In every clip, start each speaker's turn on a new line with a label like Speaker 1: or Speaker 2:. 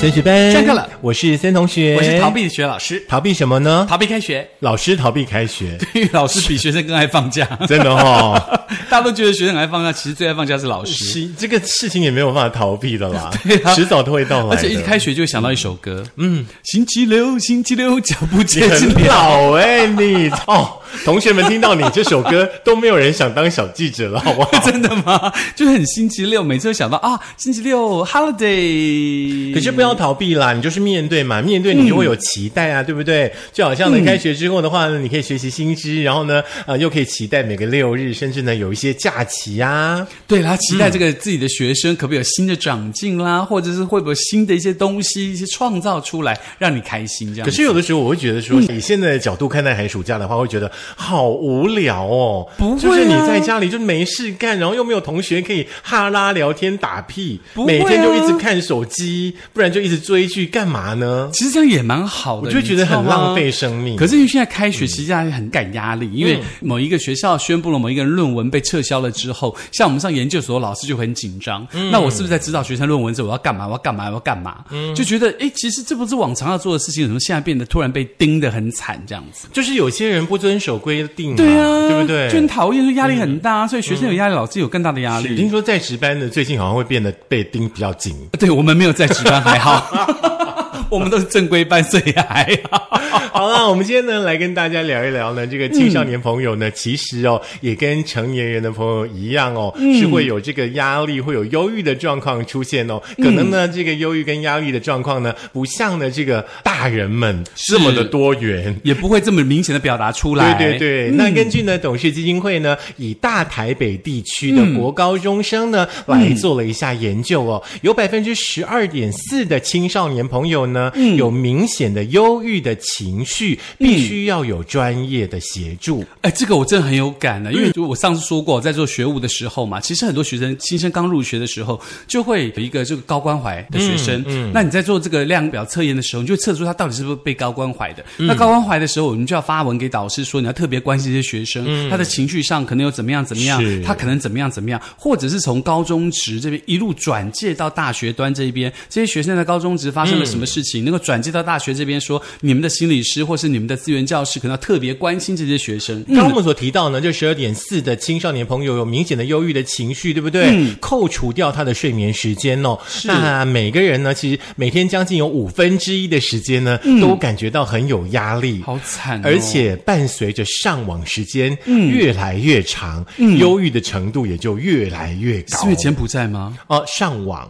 Speaker 1: 先学班
Speaker 2: 上课了，
Speaker 1: 我是先同学，
Speaker 2: 我是逃避学老师，
Speaker 1: 逃避什么呢？
Speaker 2: 逃避开 学，
Speaker 1: 老师逃避开学，
Speaker 2: 因为老师比学生更爱放假。
Speaker 1: 真的哦，
Speaker 2: 大家都觉得学生很爱放假，其实最爱放假 是老师。
Speaker 1: 是这个事情也没有办法逃避的啦，
Speaker 2: 对啊
Speaker 1: 迟早都会到来的。
Speaker 2: 而且一开学就会想到一首歌，嗯，星期六，星期六，脚步接近
Speaker 1: 很
Speaker 2: 你。
Speaker 1: 老哎、你哦，同学们听到你这首歌，都没有人想当小记者了，好不 好？
Speaker 2: 真的吗？就很星期六，每次都想到啊，星期六 holiday。
Speaker 1: 可是不要逃避啦，你就是面对嘛，面对你就会有期待
Speaker 2: 嗯
Speaker 1: 啊，对不对？就好像呢，开学之后的话呢，你可以学习新知，然后呢，呃，又可以期待每个六日，甚至呢有一些假期啊。
Speaker 2: 对啦，期待这个自己的学生可不可以有新的长进啦，或者是会不会有新的一些东西、一些创造出来，让你开心这样
Speaker 1: 可
Speaker 2: 子。
Speaker 1: 是有的时候我会觉得
Speaker 2: 嗯
Speaker 1: 说，以现在的角度看待寒暑假的话，会觉得好无聊哦。
Speaker 2: 不会啊
Speaker 1: 就是你在家里就没事干，然后又没有同学可以哈拉聊天打屁，
Speaker 2: 不会
Speaker 1: 每
Speaker 2: 啊
Speaker 1: 天就一直看手机，不然就一直追剧，干嘛呢？
Speaker 2: 其实这样也蛮好的，
Speaker 1: 我就觉得
Speaker 2: 你知道
Speaker 1: 很
Speaker 2: 吗
Speaker 1: 浪费生命嗯
Speaker 2: 可是因为现在开学，其实大家很感压力，因为某一个学校宣布了某一个论文被撤销了之后，像我们上研究所，老师就很紧张。
Speaker 1: 嗯
Speaker 2: 那我是不是在指导学生论文的时候，我要干嘛？我要干嘛？我要干嘛？
Speaker 1: 嗯
Speaker 2: 就觉得哎，诶其实这不是往常要做的事情，怎么现在变得突然被盯得很惨这样子？
Speaker 1: 就是有些人不遵守规定嘛，
Speaker 2: 对啊，
Speaker 1: 对不对？嗯
Speaker 2: 就很讨厌，就压力很大，所以学生有压力，老师有更大的压
Speaker 1: 听
Speaker 2: 力。
Speaker 1: 说在值班的最近好像会变得被盯比较紧。
Speaker 2: 对我们没有在值班，还好，我们都是正规班，所以还好。
Speaker 1: 好啦，我们今天呢来跟大家聊一聊呢，这个青少年朋友呢，其实哦也跟成年人的朋友一样哦，是会有这个压力，会有忧郁的状况出现哦。可能呢，这个忧郁跟压力的状况呢，不像呢这个大人们这么的多元。
Speaker 2: 也不会这么明显的表达出来。
Speaker 1: 对对对，那根据呢董事基金会呢，以大台北地区的国高中生呢、来做了一下研究哦，有百分之十二点四的青少年朋友呢、有明显的忧郁的情绪，必须要有专业的协助。
Speaker 2: 哎，这个我真的很有感啊呢，因为我上次说过，在做学务的时候嘛，其实很多学生新生刚入学的时候，就会有一个这个高关怀的学生。嗯，那你在做这个量表测验的时候，你就会测出他到底是不是被高关怀的。那高关怀的时候，我们就要发文给导师说，你要特别关心这些学生，他的情绪上可能有怎么样怎么样
Speaker 1: 是，
Speaker 2: 他可能怎么样怎么样，或者是从高中职这边一路转介到大学端这边，这些学生在高中职发生了什么事情，能够转介到大学这边说，你们的心理师或是你们的资源教师可能要特别关心这些学生。
Speaker 1: 刚刚我们所提到呢，这十二点四的青少年朋友有明显的忧郁的情绪，对不对？扣除掉他的睡眠时间哦，那每个人呢，其实每天将近有五分之一的时间呢，都感觉到很有压力，
Speaker 2: 好惨哦嗯
Speaker 1: 而且伴随着上网时间越来越长，忧郁的程度也就越来越高。
Speaker 2: 是因为柬埔寨吗？
Speaker 1: 哦、上网，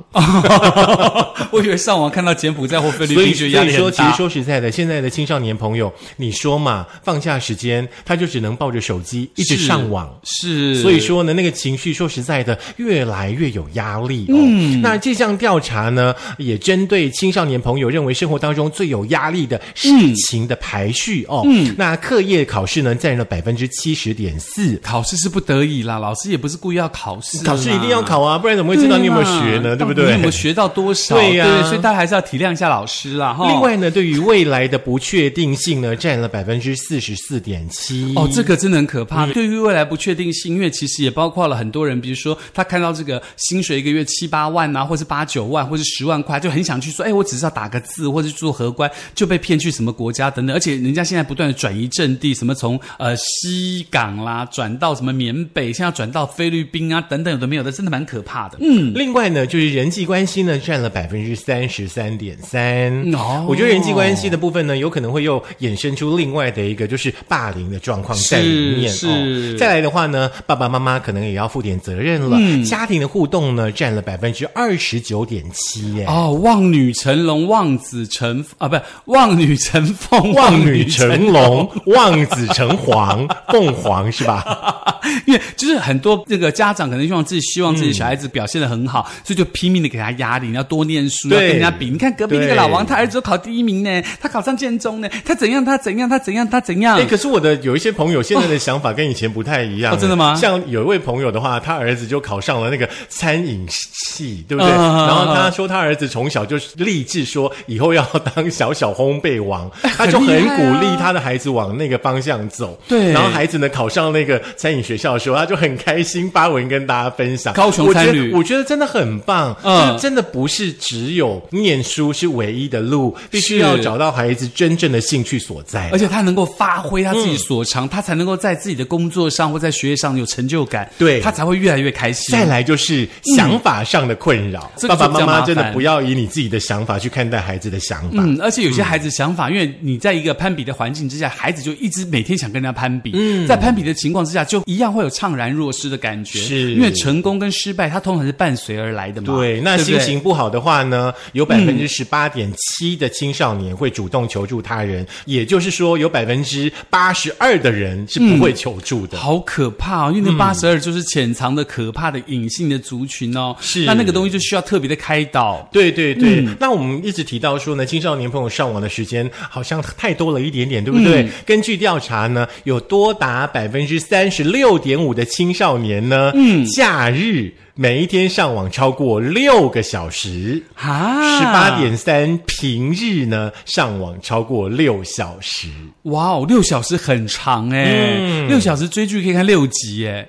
Speaker 2: 我以为上网看到柬埔寨或菲律
Speaker 1: 所以
Speaker 2: 宾，
Speaker 1: 所
Speaker 2: 觉得压
Speaker 1: 以
Speaker 2: 力
Speaker 1: 说，
Speaker 2: 很
Speaker 1: 其实
Speaker 2: 大。
Speaker 1: 说实在的，现在的青少年朋友，你说嘛，放下时间，他就只能抱着手机一直
Speaker 2: 是
Speaker 1: 上网。
Speaker 2: 是，
Speaker 1: 所以说呢，那个情绪说实在的，越来越有压力哦。
Speaker 2: 嗯
Speaker 1: 那这项调查呢，也针对青少年朋友认为生活当中最有压力的事
Speaker 2: 嗯
Speaker 1: 情的排序哦。那课业考试呢，占了百分之七十点四。
Speaker 2: 考试是不得已啦，老师也不是故意要考试啦，
Speaker 1: 考试一定要考啊，不然怎么会知道你有没有学呢？对
Speaker 2: 对嘛
Speaker 1: 不
Speaker 2: 到底
Speaker 1: 对
Speaker 2: 你有？没有学到多少？
Speaker 1: 对呀
Speaker 2: 所以大家还是要体谅一下老师啦。哈，
Speaker 1: 另外呢，对于未来的不确定性呢，占了百分之四十四点七。
Speaker 2: 哦，这个真的很可怕。对于未来不确定性，因为其实也包括了很多人，比如说他看到这个薪水一个月七八万啊，或是八九万，或是十万块，就很想去说，哎，我只是要打个字，或是做荷官，就被骗去什么国家等等。而且人家现在不断的转移阵地，什么从呃西港啦转到什么缅北，现在要转到菲律宾啊等等，有的没有的，真的蛮可怕的。嗯，
Speaker 1: 另外呢，就是人际关系呢，占了百分之三十三点三。
Speaker 2: 哦
Speaker 1: 我觉得人际关系的部分呢，有可能会又衍生出另外的一个就是霸凌的状况在里面
Speaker 2: 是
Speaker 1: 哦
Speaker 2: 是。
Speaker 1: 再来的话呢，爸爸妈妈可能也要负点责任了。
Speaker 2: 嗯
Speaker 1: 家庭的互动呢，占了百分之二十九点七耶。
Speaker 2: 哦，望女成龙，望子成啊，不是望女成凤，
Speaker 1: 望女成龙，望子成凰，凤凰是吧？
Speaker 2: 因为就是很多这个家长可能希望自己希望自己小孩子表现的很好，所以就拼命的给他压力，你要多念书，要
Speaker 1: 嗯对
Speaker 2: 跟人家比。你看隔壁那
Speaker 1: 对
Speaker 2: 个老王，他儿子都考第一名呢，他考上建中呢，他怎样，他怎样，他怎样，他怎样
Speaker 1: 哎、。可是我的有一些朋友现在的想法跟以前不太一样、
Speaker 2: 哦真的吗
Speaker 1: 像有一位朋友的话，他儿子就考上了那个餐饮系，对不对？
Speaker 2: 嗯嗯嗯
Speaker 1: 然后他说他儿子从小就立志说以后要当小小烘焙王，他就很
Speaker 2: 很厉害啊
Speaker 1: 鼓励他的孩子往那个方向走。
Speaker 2: 对
Speaker 1: 然后孩子呢考上那个餐饮学学校的时候，他就很开心发文跟大家分享。
Speaker 2: 高雄
Speaker 1: 我觉
Speaker 2: 参
Speaker 1: 得
Speaker 2: 旅
Speaker 1: 我觉得真的很棒，
Speaker 2: 嗯
Speaker 1: 就是真的不是只有念书是唯一的路，必须
Speaker 2: 是
Speaker 1: 要找到孩子真正的兴趣所在
Speaker 2: 而。且他能够发挥他自己
Speaker 1: 嗯
Speaker 2: 所长，他才能够在自己的工作上或在学业上有成就感，
Speaker 1: 对
Speaker 2: 他才会越来越开心。
Speaker 1: 再来就是想法上的困扰，
Speaker 2: 嗯这个
Speaker 1: 爸
Speaker 2: 就
Speaker 1: 爸妈
Speaker 2: 比较
Speaker 1: 妈
Speaker 2: 麻
Speaker 1: 真的
Speaker 2: 烦
Speaker 1: 不要以你自己的想法去看待孩子的想法。
Speaker 2: 嗯，而且有些孩子想法，因为你在一个攀比的环境之下，孩子就一直每天想跟人家攀比。嗯，在攀比的情况之下，就一样会有怅然若失的感觉。
Speaker 1: 是
Speaker 2: 因为成功跟失败，它通常是伴随而来的嘛。
Speaker 1: 对，那
Speaker 2: 不对
Speaker 1: 心情不好的话呢，有百分之十八点七的青少年会主动求助他人，也就是说，有百分之八十二的人是不会
Speaker 2: 嗯
Speaker 1: 求助的。
Speaker 2: 好可怕哦！因为
Speaker 1: 嗯
Speaker 2: 那八十二就是潜藏的可怕的隐性的族群哦。
Speaker 1: 是
Speaker 2: 那那个东西就需要特别的开导。
Speaker 1: 对对对，那我们一直提到说呢，青少年朋友上网的时间好像太多了一点点，对不对？根据调查呢，有多达百分之三十六点五的青少年呢，嗯，假日每一天上网超过六个小时。
Speaker 2: 啊，
Speaker 1: 十八点三，平日呢上网超过六小时，
Speaker 2: 哇哦，六小时很长哎、
Speaker 1: 嗯
Speaker 2: 六小时追剧可以看六集哎、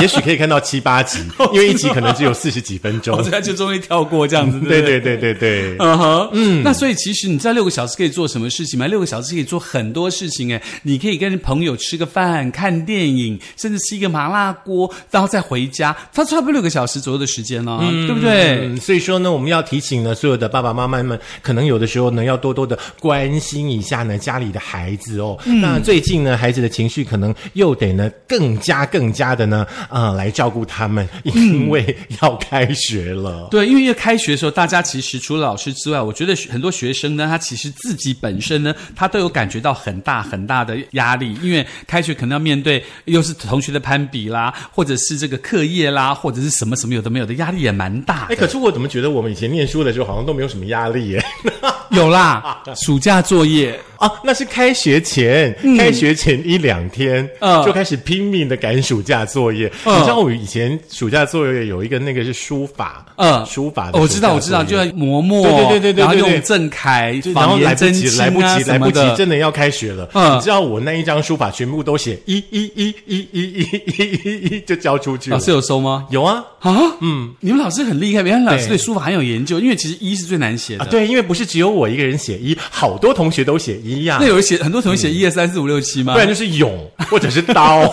Speaker 1: 也许可以看到七八集，因为一集可能只有四十几分钟
Speaker 2: 我。这就终于跳过这样子，
Speaker 1: 对
Speaker 2: 不
Speaker 1: 对对对对。
Speaker 2: 嗯哼，嗯，那所以其实你知道六个小时可以做什么事情吗？六个小时可以做很多事情哎，你可以跟朋友吃个饭、看电影，甚至吃一个麻辣锅，然后再回家，它差不多六个小时左右的时间了，对不对？
Speaker 1: 嗯，所以说呢，我们要提醒呢，所有的爸爸妈妈们，可能有的时候呢，要多多的关心一下呢家里的孩子哦。
Speaker 2: 嗯
Speaker 1: 那最近呢，孩子的情绪可能又得呢更加更加的呢，呃，来照顾他们，因为要开学了。
Speaker 2: 对，因为一开学的时候，大家其实除了老师之外，我觉得很多学生呢，他其实自己本身呢，他都有感觉到很大很大的压力，因为开学可能要面对又是同学的攀比啦，或者是这个课业啦，或者是什么什么有的没有的，压力也蛮大
Speaker 1: 哎，。可是我怎么觉得我们以前念书的时候好像都没有什么压力耶？
Speaker 2: 有啦，暑假作业。
Speaker 1: 啊，那是开学前，开学前一两天、
Speaker 2: 嗯
Speaker 1: 就开始拼命的赶暑假作业。
Speaker 2: 嗯
Speaker 1: 你知道我以前暑假作业有一个那个是书法，
Speaker 2: 嗯
Speaker 1: 书法的
Speaker 2: 哦我
Speaker 1: 啊暑
Speaker 2: 知
Speaker 1: 假
Speaker 2: 道，我知道，
Speaker 1: 作业
Speaker 2: 就要磨墨，
Speaker 1: 对对对对对
Speaker 2: 然后
Speaker 1: 对
Speaker 2: 用正楷
Speaker 1: 就、然
Speaker 2: 仿
Speaker 1: 后来
Speaker 2: 颜
Speaker 1: 不
Speaker 2: 真
Speaker 1: 及，
Speaker 2: 卿
Speaker 1: 来不
Speaker 2: 啊
Speaker 1: 及，
Speaker 2: 什
Speaker 1: 来
Speaker 2: 么
Speaker 1: 不及，
Speaker 2: 的。
Speaker 1: 真的要开学了。
Speaker 2: 嗯
Speaker 1: 你知道我那一张书法全部都写一一一一一一一一一就交出去
Speaker 2: 老
Speaker 1: 了。
Speaker 2: 师有收吗？
Speaker 1: 有啊
Speaker 2: 啊，嗯，你们老师很厉害，原来老师
Speaker 1: 对
Speaker 2: 对书法很有研究，因为其实一是最难写
Speaker 1: 啊，
Speaker 2: 的。
Speaker 1: 对，因为不是只有我一个人写一，好多同学都写一呀、
Speaker 2: 那有人写很多同学
Speaker 1: 嗯
Speaker 2: 写一二三四五六七吗
Speaker 1: 不？然就是勇或者是刀。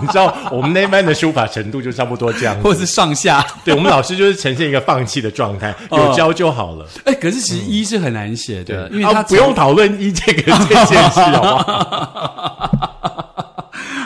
Speaker 1: 你知道我们那班的书法程度就差不多这样子，
Speaker 2: 或者是上下？
Speaker 1: 对我们老师就是呈现一个放弃的状态，有教就好了。
Speaker 2: 哎，可是其实一是很难写的，因为
Speaker 1: 啊
Speaker 2: 它
Speaker 1: 不用讨论一这个这件事，好不好？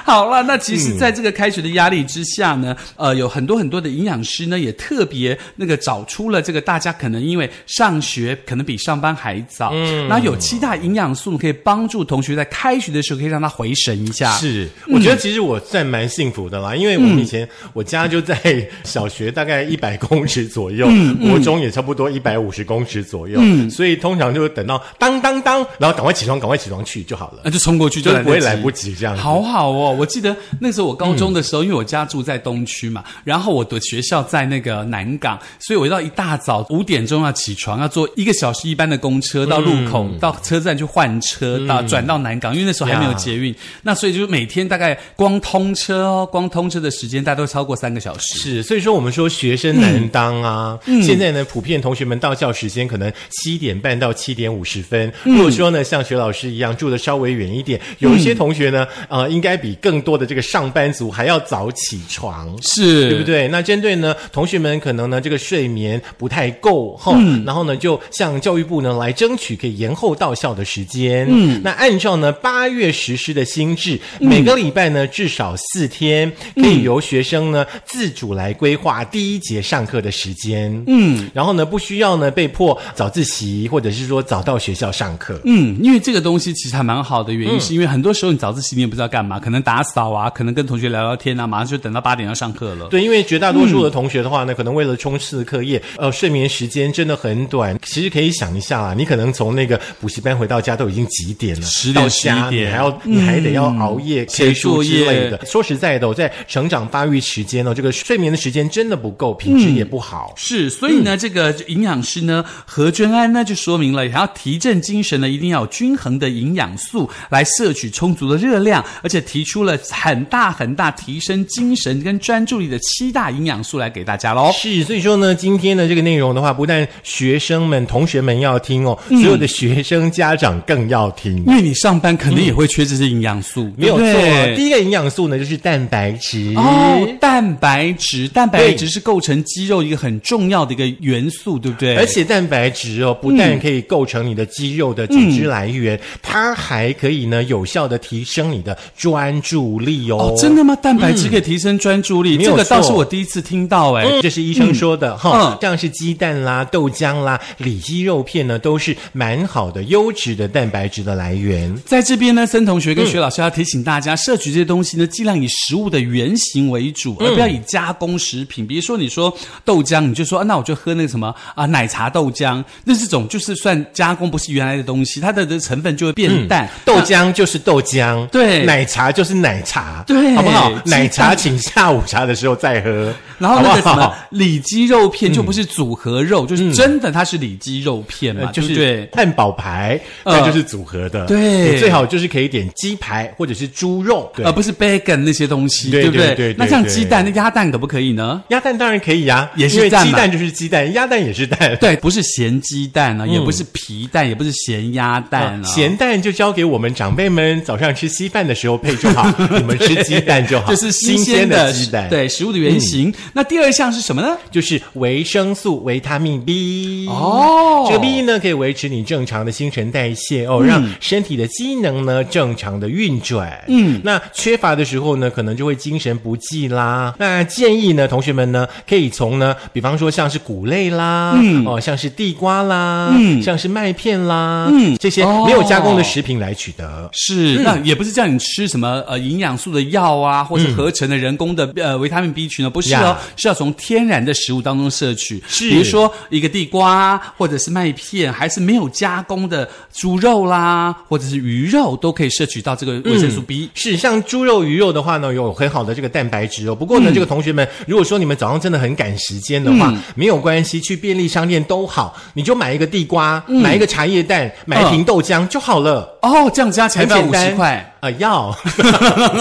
Speaker 2: 好了，那其
Speaker 1: 嗯
Speaker 2: 实在这个开学的压力之下呢，呃，有很多很多的营养师呢，也特别那个找出了这个大家可能因为上学可能比上班还早，嗯，那有七大营养素可以帮助同学在开学的时候可以让他回神一下，
Speaker 1: 是，我觉得其实我算蛮幸福的啦，因为我们以前我家就在小学大概一百公尺左右，国中也差不多一百五十公尺左右，所以通常就是等到当当当，然后赶快起床，赶快起床去就好了
Speaker 2: 那，就冲过去
Speaker 1: 就是
Speaker 2: 来
Speaker 1: 不会
Speaker 2: 得及
Speaker 1: 来不及这样子。
Speaker 2: 好好哦，我记得那时候我高中的时候，因为我家住在东区嘛，
Speaker 1: 嗯
Speaker 2: 然后我的学校在那个南港，所以我到一大早五点钟要起床，要坐一个小时一班的公车到路口、
Speaker 1: 嗯
Speaker 2: 到车站去换车，到转到南港，因为那时候还没有
Speaker 1: 呀
Speaker 2: 捷运，那所以就是每天大概光通车哦，光通车的时间大概都超过三个小时。
Speaker 1: 是，所以说我们说学生难当啊。现在呢，普遍同学们到校时间可能七点半到七点五十分。如果说呢，像学老师一样住的稍微远一点，有一些同学呢，呃，应该比更多的这个上班族还要早起床。
Speaker 2: 是
Speaker 1: 对不？对？那针对呢，同学们可能呢这个睡眠不太够哈，然后呢就向教育部呢来争取可以延后到校的时间。嗯，那按照呢八月实施的新制，每个礼拜呢至少四天，可以由学生呢自主来规划第一节上课的时间。嗯，然后呢不需要呢被迫早自习或者是说早到学校上课。
Speaker 2: 嗯，因为这个东西其实还蛮好的
Speaker 1: 嗯
Speaker 2: 原因，是因为很多时候你早自习你也不知道干嘛，可能打扫啊，可能跟同学聊聊天啊，马上就等到八点要上课了。
Speaker 1: 对，因为绝大多
Speaker 2: 嗯
Speaker 1: 数的同学的话呢，可能为了冲刺课业，呃，睡眠时间真的很短。其实可以想一下啦，你可能从那个补习班回到家都已经几点了，
Speaker 2: 10点
Speaker 1: 到家
Speaker 2: 11点
Speaker 1: 你
Speaker 2: 嗯
Speaker 1: 还要你还得要熬夜
Speaker 2: 写
Speaker 1: 写书
Speaker 2: 作
Speaker 1: 之类
Speaker 2: 业
Speaker 1: 的。说实在的、哦，在成长发育时间哦，这个睡眠的时间真的不够，品
Speaker 2: 嗯
Speaker 1: 质也不好。
Speaker 2: 是，所以呢，这个营养师呢何娟安呢就说明了，想要提振精神呢，一定要有均衡的营养素来摄取充足的热量，而且提出出了很大很大提升精神跟专注力的七大营养素来给大家喽。
Speaker 1: 是，所以说呢，今天的这个内容的话，不但学生们、同学们要听哦，
Speaker 2: 嗯
Speaker 1: 所有的学生家长更要听。
Speaker 2: 因为你上班肯定也会缺这些营养素，
Speaker 1: 没有错
Speaker 2: 对不对，
Speaker 1: 第一个营养素呢就是蛋白质。
Speaker 2: 哦，蛋白质，蛋白
Speaker 1: 对
Speaker 2: 质是构成肌肉一个很重要的一个元素，对不对？
Speaker 1: 而且蛋白质哦，不但可以构成你的肌肉的组织来源，它还可以呢有效的提升你的专注力哦。
Speaker 2: 哦，嗯真的吗？蛋白质可以提升专注力，
Speaker 1: 没有
Speaker 2: 这个倒
Speaker 1: 错
Speaker 2: 是我第一次听到哎、
Speaker 1: 这是医生说的哈
Speaker 2: 嗯，
Speaker 1: 像是鸡蛋啦、豆浆啦、里脊肉片呢，都是蛮好的优质的蛋白质的来源。
Speaker 2: 在这边呢，森同学
Speaker 1: 嗯
Speaker 2: 跟薛老师要提醒大家，摄取这些东西呢，尽量以食物的原型为主，
Speaker 1: 嗯
Speaker 2: 而不要以加工食品。比如说，你说豆浆，你就说、啊、那我就喝那个什么啊奶茶豆浆，那这种就是算加工，不是原来的东西，它的的成分就会变淡。
Speaker 1: 豆浆就是豆浆，
Speaker 2: 哎对
Speaker 1: 奶茶就是奶茶，
Speaker 2: 对
Speaker 1: 好不好
Speaker 2: 鸡蛋？
Speaker 1: 奶茶请下午茶的时候再喝，
Speaker 2: 然后那个什
Speaker 1: 好不
Speaker 2: 么
Speaker 1: 好
Speaker 2: 里脊肉片就不是组合肉，就是真的它是里脊肉片嘛，
Speaker 1: 嗯呃就
Speaker 2: 对不
Speaker 1: 是
Speaker 2: 对？
Speaker 1: 汉堡排，
Speaker 2: 呃
Speaker 1: 那就是组合的，
Speaker 2: 对呃
Speaker 1: 你最好就是可以点鸡排或者是猪肉，对
Speaker 2: 而，不是 bacon 那些东西，
Speaker 1: 对
Speaker 2: 不对？
Speaker 1: 对对对
Speaker 2: 那像
Speaker 1: 对
Speaker 2: 鸡蛋、那鸭蛋可不可以呢？
Speaker 1: 鸭蛋当然可以呀，
Speaker 2: 也是
Speaker 1: 因为
Speaker 2: 蛋嘛
Speaker 1: 鸡蛋就是鸡蛋，鸭蛋也是蛋，
Speaker 2: 对，不是咸鸡蛋啊，也不是皮蛋，也不是咸鸭蛋啊，
Speaker 1: 嗯咸蛋就交给我们长辈们早上吃稀饭的时候配就 好，你们吃鸡蛋就好，
Speaker 2: 就是
Speaker 1: 新
Speaker 2: 鲜
Speaker 1: 的
Speaker 2: 食
Speaker 1: 鸡蛋，，
Speaker 2: 对食物的嗯原型。那第二项是什么呢？
Speaker 1: 就是维生素维他命 B
Speaker 2: 哦
Speaker 1: 这个 B 呢可以维持你正常的新陈代谢哦，让身体的机能呢正常的运转。嗯，那缺乏的时候呢，可能就会精神不济啦。那建议呢，同学们呢可以从呢，比方说像是谷类啦，嗯，哦，像是地瓜啦，嗯，像是麦片啦，嗯，这些没有加工的食品来取得。
Speaker 2: 是，那也不是叫你吃什么呃营养素的药啊，或是合成的人工的、呃维他命 B 群呢，不是哦
Speaker 1: 呀，
Speaker 2: 是要从天然的食物当中摄取，
Speaker 1: 是
Speaker 2: 比如说一个地瓜，或者是麦片，还是没有加工的猪肉啦，或者是鱼肉，都可以摄取到这个维生素 B。
Speaker 1: 是像猪肉、鱼肉的话呢，有很好的这个蛋白质哦。不过呢，
Speaker 2: 嗯
Speaker 1: 这个同学们，如果说你们早上真的很赶时间的话，没有关系，去便利商店都好，你就买一个地瓜，买一个茶叶蛋，买一瓶豆浆就好了。
Speaker 2: 嗯哦，这样加起来
Speaker 1: 很简
Speaker 2: 一百五十
Speaker 1: 单
Speaker 2: 块。
Speaker 1: 啊、要，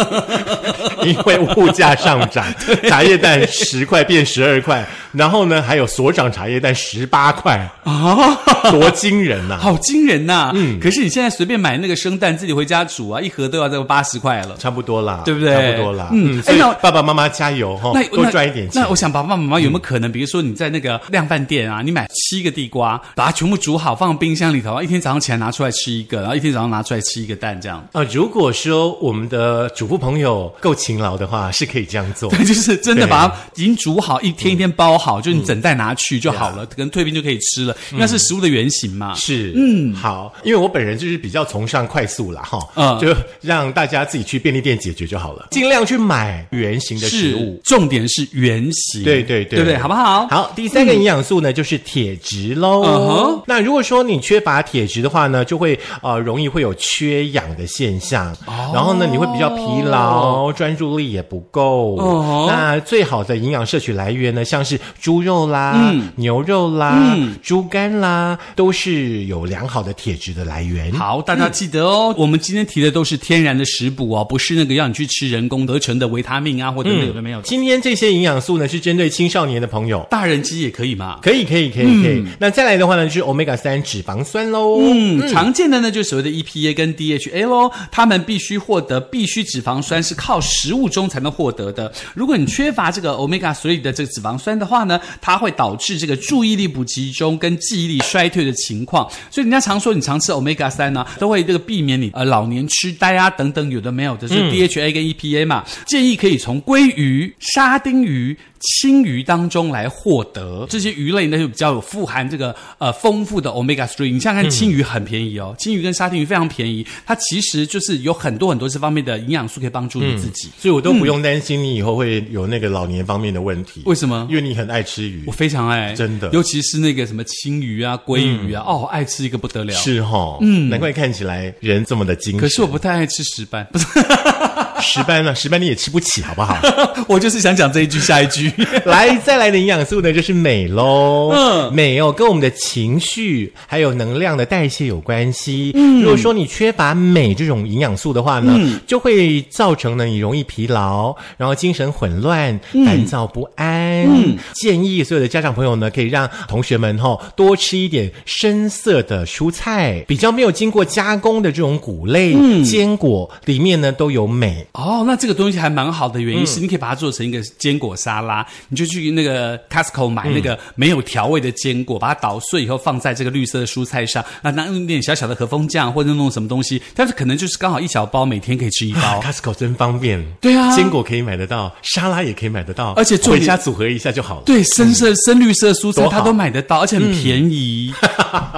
Speaker 1: 因为物价上涨，茶叶蛋十块变十二块，然后呢，还有所长茶叶蛋十八块 啊，多惊人呐、
Speaker 2: 好惊人呐、哦嗯，可是你现在随便买那个生蛋，自己回家煮啊，一盒都要这个八十块了。
Speaker 1: 差不多啦，
Speaker 2: 对不对
Speaker 1: 差不多啦，
Speaker 2: 嗯
Speaker 1: 嗯，
Speaker 2: 哎
Speaker 1: 所以
Speaker 2: 那
Speaker 1: 爸爸妈妈加油哈、
Speaker 2: 那
Speaker 1: 哦，多
Speaker 2: 那
Speaker 1: 赚一点钱
Speaker 2: 那。我想，爸爸妈妈有没有可能，比如说你在那个量贩店啊，你买七个地瓜，把它全部煮好，放冰箱里头，一天早上起来拿出来吃一个，然后一天早上拿出来吃一个蛋，这样。
Speaker 1: 啊、如果说我们的主妇朋友够勤劳的话，是可以这样 做。
Speaker 2: 对，就是真的把它已经煮好，一天一天包好，就你整袋拿去就好了，
Speaker 1: 啊
Speaker 2: 可能退冰就可以吃了，
Speaker 1: 嗯
Speaker 2: 因为它是食物的原型嘛。
Speaker 1: 是，嗯，好，因为我本人就是比较崇尚快速啦，哈，
Speaker 2: 嗯
Speaker 1: 就让大家自己去便利店解决就好了，尽量去买圆形的食
Speaker 2: 是
Speaker 1: 物。，
Speaker 2: 重点是原型。
Speaker 1: 对对对
Speaker 2: 对不对？好不好？
Speaker 1: 好，第三个营养素呢，就是铁质喽。
Speaker 2: 嗯哼
Speaker 1: 那如果说你缺乏铁质的话呢，就会呃容易会有缺氧的现象，然后呢你会比较疲劳，专注力也不够。
Speaker 2: 哦嗯哼
Speaker 1: 那最好的营养摄取来源呢，像是猪肉啦、
Speaker 2: 嗯
Speaker 1: 牛肉啦、猪肝啦，都是有良好的铁质的来源。
Speaker 2: 好，大家记得
Speaker 1: 嗯
Speaker 2: 哦，我们今天提的都是天然的食补哦，不是那个让你去吃人工合成的维他命啊，或者那有的没有的。
Speaker 1: 嗯今天这些营养素呢，是针对青少年的朋友。
Speaker 2: 大人鸡也可以嘛。
Speaker 1: 可以，可以，可以，可以。那再来的话呢，就是 omega 三脂肪酸喽。
Speaker 2: 嗯，常见的呢就是所谓的 EPA 跟 DHA 咯，它们必须获得必需脂肪酸是靠食物中才能获得的。如果你缺乏这个 omega 3的这个脂肪酸的话呢，它会导致这个注意力不集中跟记忆力衰退的情况。所以人家常说你常吃 omega 3呢，都会这个避免你呃老年痴呆啊等等有的没有的，就是 DHA 跟 EPA 嘛。建议可以从鲑鱼、沙丁鱼。青鱼当中来获得这些鱼类呢，就比较有富含这个呃丰富的 omega three。你想
Speaker 1: 嗯
Speaker 2: 想看，青鱼很便宜哦，青鱼跟沙丁鱼非常便宜，它其实就是有很多很多这方面的营养素可以帮助你自己。
Speaker 1: 所以我都不用担心你以后会有那个老年方面的问题。
Speaker 2: 为什么
Speaker 1: 因为你很爱吃鱼
Speaker 2: 我，非常爱，
Speaker 1: 真的嗯
Speaker 2: 尤其是那个什么青鱼啊、鲑鱼啊，哦，爱吃一个不得了。
Speaker 1: 是哈、嗯，难怪看起来人这么的精神。
Speaker 2: 可是我不太爱吃石斑，不是。
Speaker 1: 石斑呢，石斑你也吃不起，好不好？
Speaker 2: 我就是想讲这一句，下一句。
Speaker 1: 来，再来的营养素呢，就是镁喽。
Speaker 2: 嗯
Speaker 1: 嗯，镁哦，跟我们的情绪还有能量的代谢有关系。嗯，如嗯果说你缺乏镁这种营养素的话呢，就会造成呢你容易疲劳，然后精神混乱、烦躁不安。嗯，建议所有的家长朋友呢，可以让同学们哈、多吃一点深色的蔬菜，比较没有经过加工的这种谷类、坚果，里面呢都有镁。
Speaker 2: 哦，那这个东西还蛮好的，原因是你可以把它做成一个坚果沙拉，你就去那个 Costco 买那个没有调味的坚果，把它捣碎以后放在这个绿色的蔬菜上，那那用一点小小的和风酱或者弄什么东西，但是可能就是刚好一小包，每天可以吃一 包。
Speaker 1: Costco 真方便，
Speaker 2: 对啊
Speaker 1: 坚果可以买得到，沙拉也可以买得到，
Speaker 2: 而且重
Speaker 1: 回
Speaker 2: 点
Speaker 1: 家组合一下就好了。
Speaker 2: 对，深色、深绿色蔬菜
Speaker 1: 多好
Speaker 2: 它都买得到，而且很便宜。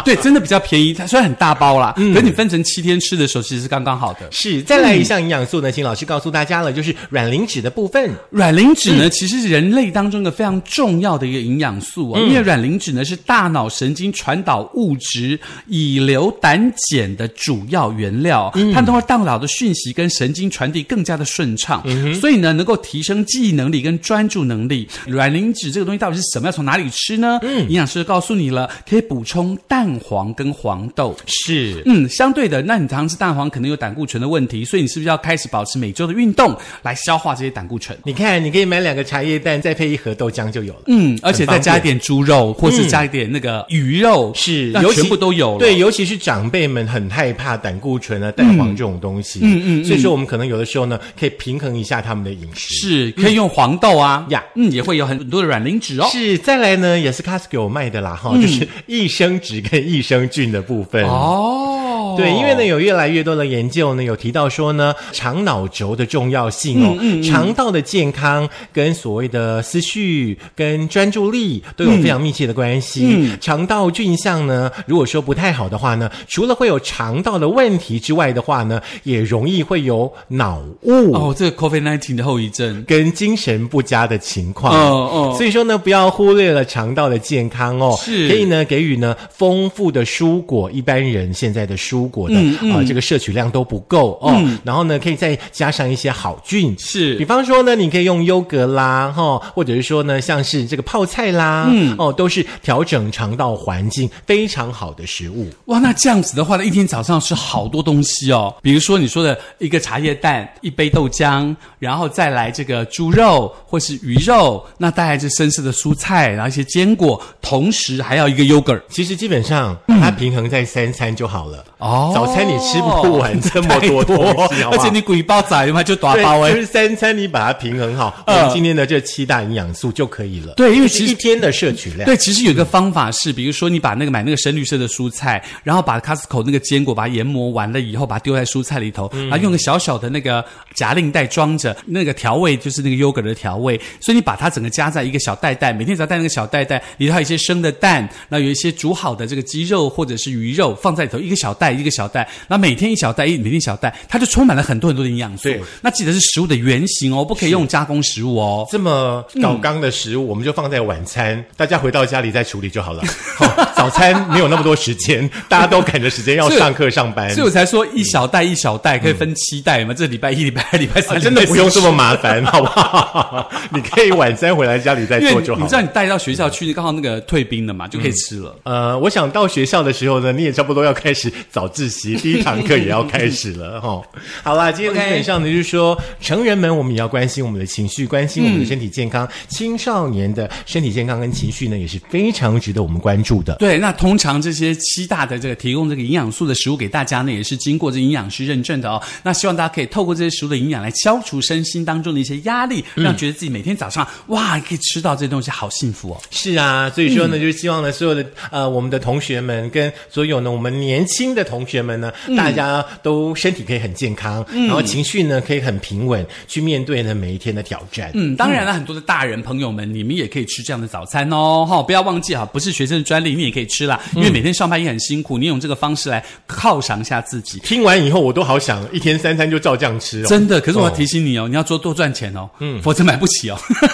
Speaker 2: 对，真的比较便宜。它虽然很大包啦，可是你分成七天吃的时候，其实是刚刚好的。
Speaker 1: 是，再来一项营养素呢，请老师告诉大家了，就是软磷脂的部分。
Speaker 2: 软磷脂呢，其实是人类当中一个非常重要的一个营养素啊，因为软磷脂呢是大脑神经传导物质乙硫胆碱的主要原料，它能够让大脑的讯息跟神经传递更加的顺畅，所以呢能够提升记忆能力跟专注能力。软磷脂这个东西到底是什么？要从哪里吃呢？营养师告诉你了，可以补充蛋黄跟黄豆。
Speaker 1: 是，
Speaker 2: 嗯，相对的，那你常吃蛋黄可能有胆固醇的问题，所以你是不是要开始保持每周的运动来消化这些胆固醇？
Speaker 1: 你看，你可以买两个茶叶蛋，再配一盒豆浆就有了。
Speaker 2: 嗯，而且
Speaker 1: 很方便嗯
Speaker 2: 再加一点猪肉，或是加一点那个鱼肉，
Speaker 1: 是，
Speaker 2: 那
Speaker 1: 尤其
Speaker 2: 全部都有了。
Speaker 1: 对，，尤其是长辈们很害怕胆固醇啊、蛋黄这种东西。嗯嗯，所以说我们可能有的时候呢，可以平衡一下他们的饮食。
Speaker 2: 是可以用黄豆啊，
Speaker 1: 呀
Speaker 2: 嗯，也会有很多的软磷脂哦。
Speaker 1: 是，再来呢，也是 Costco 有卖的啦，哈、就是益生脂跟益生菌的部分。
Speaker 2: 嗯哦，
Speaker 1: 对，因为呢，有越来越多的研究呢，有提到说呢，肠脑轴的重要性哦，
Speaker 2: 嗯
Speaker 1: 肠道的健康跟所谓的思绪跟专注力都有非常密切的关系。
Speaker 2: 嗯
Speaker 1: 肠道菌相呢，如果说不太好的话呢，除了会有肠道的问题之外的话呢，也容易会有脑雾。
Speaker 2: 哦，这个 COVID nineteen 的后遗症，
Speaker 1: 跟精神不佳的情况，
Speaker 2: 哦哦
Speaker 1: 所以说呢，不要忽略了肠道的健康哦，
Speaker 2: 是
Speaker 1: 可以呢给予呢丰富的蔬果，一般人现在的蔬果的啊、
Speaker 2: 嗯
Speaker 1: 这个摄取量都不够哦，然后呢可以再加上一些好菌，
Speaker 2: 是
Speaker 1: 比方说呢，你可以用优格啦，哈、或者是说呢像是这个泡菜啦，嗯，哦，都是调整肠道环境非常好的食物。
Speaker 2: 哇，那这样子的话呢，一天早上吃好多东西哦，比如说你说的一个茶叶蛋，一杯豆浆，然后再来这个猪肉或是鱼肉，那带来这深色的蔬菜，然后一些坚果，同时还要一个 yogurt。
Speaker 1: 其实基本上，把它平衡在三餐就好了。
Speaker 2: 嗯哦
Speaker 1: 早餐你吃不完这么多 东西，好不好
Speaker 2: 而且你鬼包仔嘛就打
Speaker 1: 对，
Speaker 2: 包哎
Speaker 1: 就。是三餐你把它平衡好，我
Speaker 2: 嗯
Speaker 1: 们今天的这七大营养素就可以了。
Speaker 2: 对因为
Speaker 1: 就是
Speaker 2: 其实
Speaker 1: 一天的摄取量。
Speaker 2: 对，其实有一个方法是，比如说你把那个买那个深绿色的蔬菜，然后把 Costco 那个坚果把它研磨完了以后，把它丢在蔬菜里头，
Speaker 1: 嗯
Speaker 2: 然后用个小小的那个夹令袋装着，那个调味就是那个 yogurt 的调味，所以你把它整个加在一个小袋袋，每天只要带那个小袋袋，里头还有一些生的蛋，那有一些煮好的这个鸡肉或者是鱼肉放在里头，一个小袋一个小袋，那每天一小袋，一每天一小袋，它就充满了很多很多的营养素
Speaker 1: 对。
Speaker 2: 那记得是食物的原型哦，不可以用加工食物哦。
Speaker 1: 这么搞刚的食物，我们就放在晚
Speaker 2: 嗯
Speaker 1: 餐，大家回到家里再处理就好了。好早餐没有那么多时 间，大家都赶着时间要
Speaker 2: 所以
Speaker 1: 上课上班
Speaker 2: 所以，我才说一小袋一小袋可以分七袋嘛，这礼拜一、礼拜二、礼拜
Speaker 1: 嗯
Speaker 2: 三，
Speaker 1: 啊 真的不用这
Speaker 2: 么。
Speaker 1: 么麻烦，好不好？ 你可以晚餐回来家里再
Speaker 2: 因为
Speaker 1: 做
Speaker 2: 你
Speaker 1: 就好
Speaker 2: 你知
Speaker 1: 了。
Speaker 2: 道你带到学校去，刚好那个退兵了嘛，就可以吃了。
Speaker 1: 呃，我想到学校的时候呢，你也差不多要开始早自 习，第一堂课也要开始了哈、吼好啦，今天
Speaker 2: OK
Speaker 1: 基本上呢，就是说成人们我们也要关心我们的情绪，关心我们的身体健康。青少年的身体健康跟情绪呢，也是非常值得我们关注的。
Speaker 2: 对，那通常这些七大的这个提供这个营养素的食物给大家呢，也是经过这营养师认证的哦。那希望大家可以透过这些食物的营养来消除身心当中的一些压力，
Speaker 1: 嗯
Speaker 2: 让觉得自己每天早上哇可以吃到这东西，好幸福哦。
Speaker 1: 是啊，所以说呢，就是希望呢，所有的呃，我们的同学们跟所有呢，我们年轻的同学们呢，大家都身体可以很健康，然后情绪呢可以很平稳，去面对呢每一天的挑战。
Speaker 2: 嗯，当然了，很多的大人朋友们，你们也可以吃这样的早餐哦，哈、不要忘记哈，不是学生的专利，你也可以吃啦，因为每天上班也很辛苦，你用这个方式来犒赏一下自己。
Speaker 1: 听完以后，我都好想一天三餐就照这样吃哦。
Speaker 2: 真的，可是我要
Speaker 1: 哦
Speaker 2: 提醒你哦，你要多多赚钱哦，嗯，否则买不起哦。
Speaker 1: 欸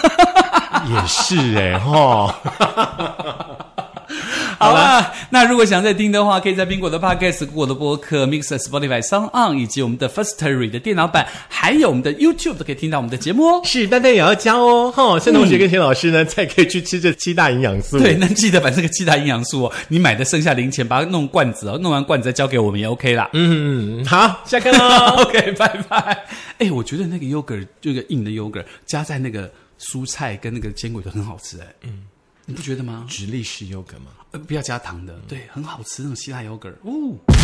Speaker 1: 也是哎、哈。
Speaker 2: 好了，那如果想再听的话，可以在苹果的 Podcast、Google 的播客、Mixer、Spotify、Sound On 以及我们的 Firstory 的电脑版，还有我们的 YouTube 都可以听到我们的节目哦。
Speaker 1: 是，但但也要加哦，哈、哦！盛同学跟田老师呢，才可以去吃这七大营养素。
Speaker 2: 对，那记得把这个七大营养素哦，你买的剩下零钱，把它弄罐子哦，弄完罐子再交给我们也 OK 啦。
Speaker 1: 嗯，好，下课喽。
Speaker 2: OK，拜拜。哎，我觉得那个 yogurt 这个硬的 yogurt 加在那个蔬菜跟那个坚果都很好吃哎。嗯，你不觉得吗？
Speaker 1: 直立式 yogurt 吗？
Speaker 2: 呃，不要加糖的，对，很好吃那种希腊嗯 yogurt。哦。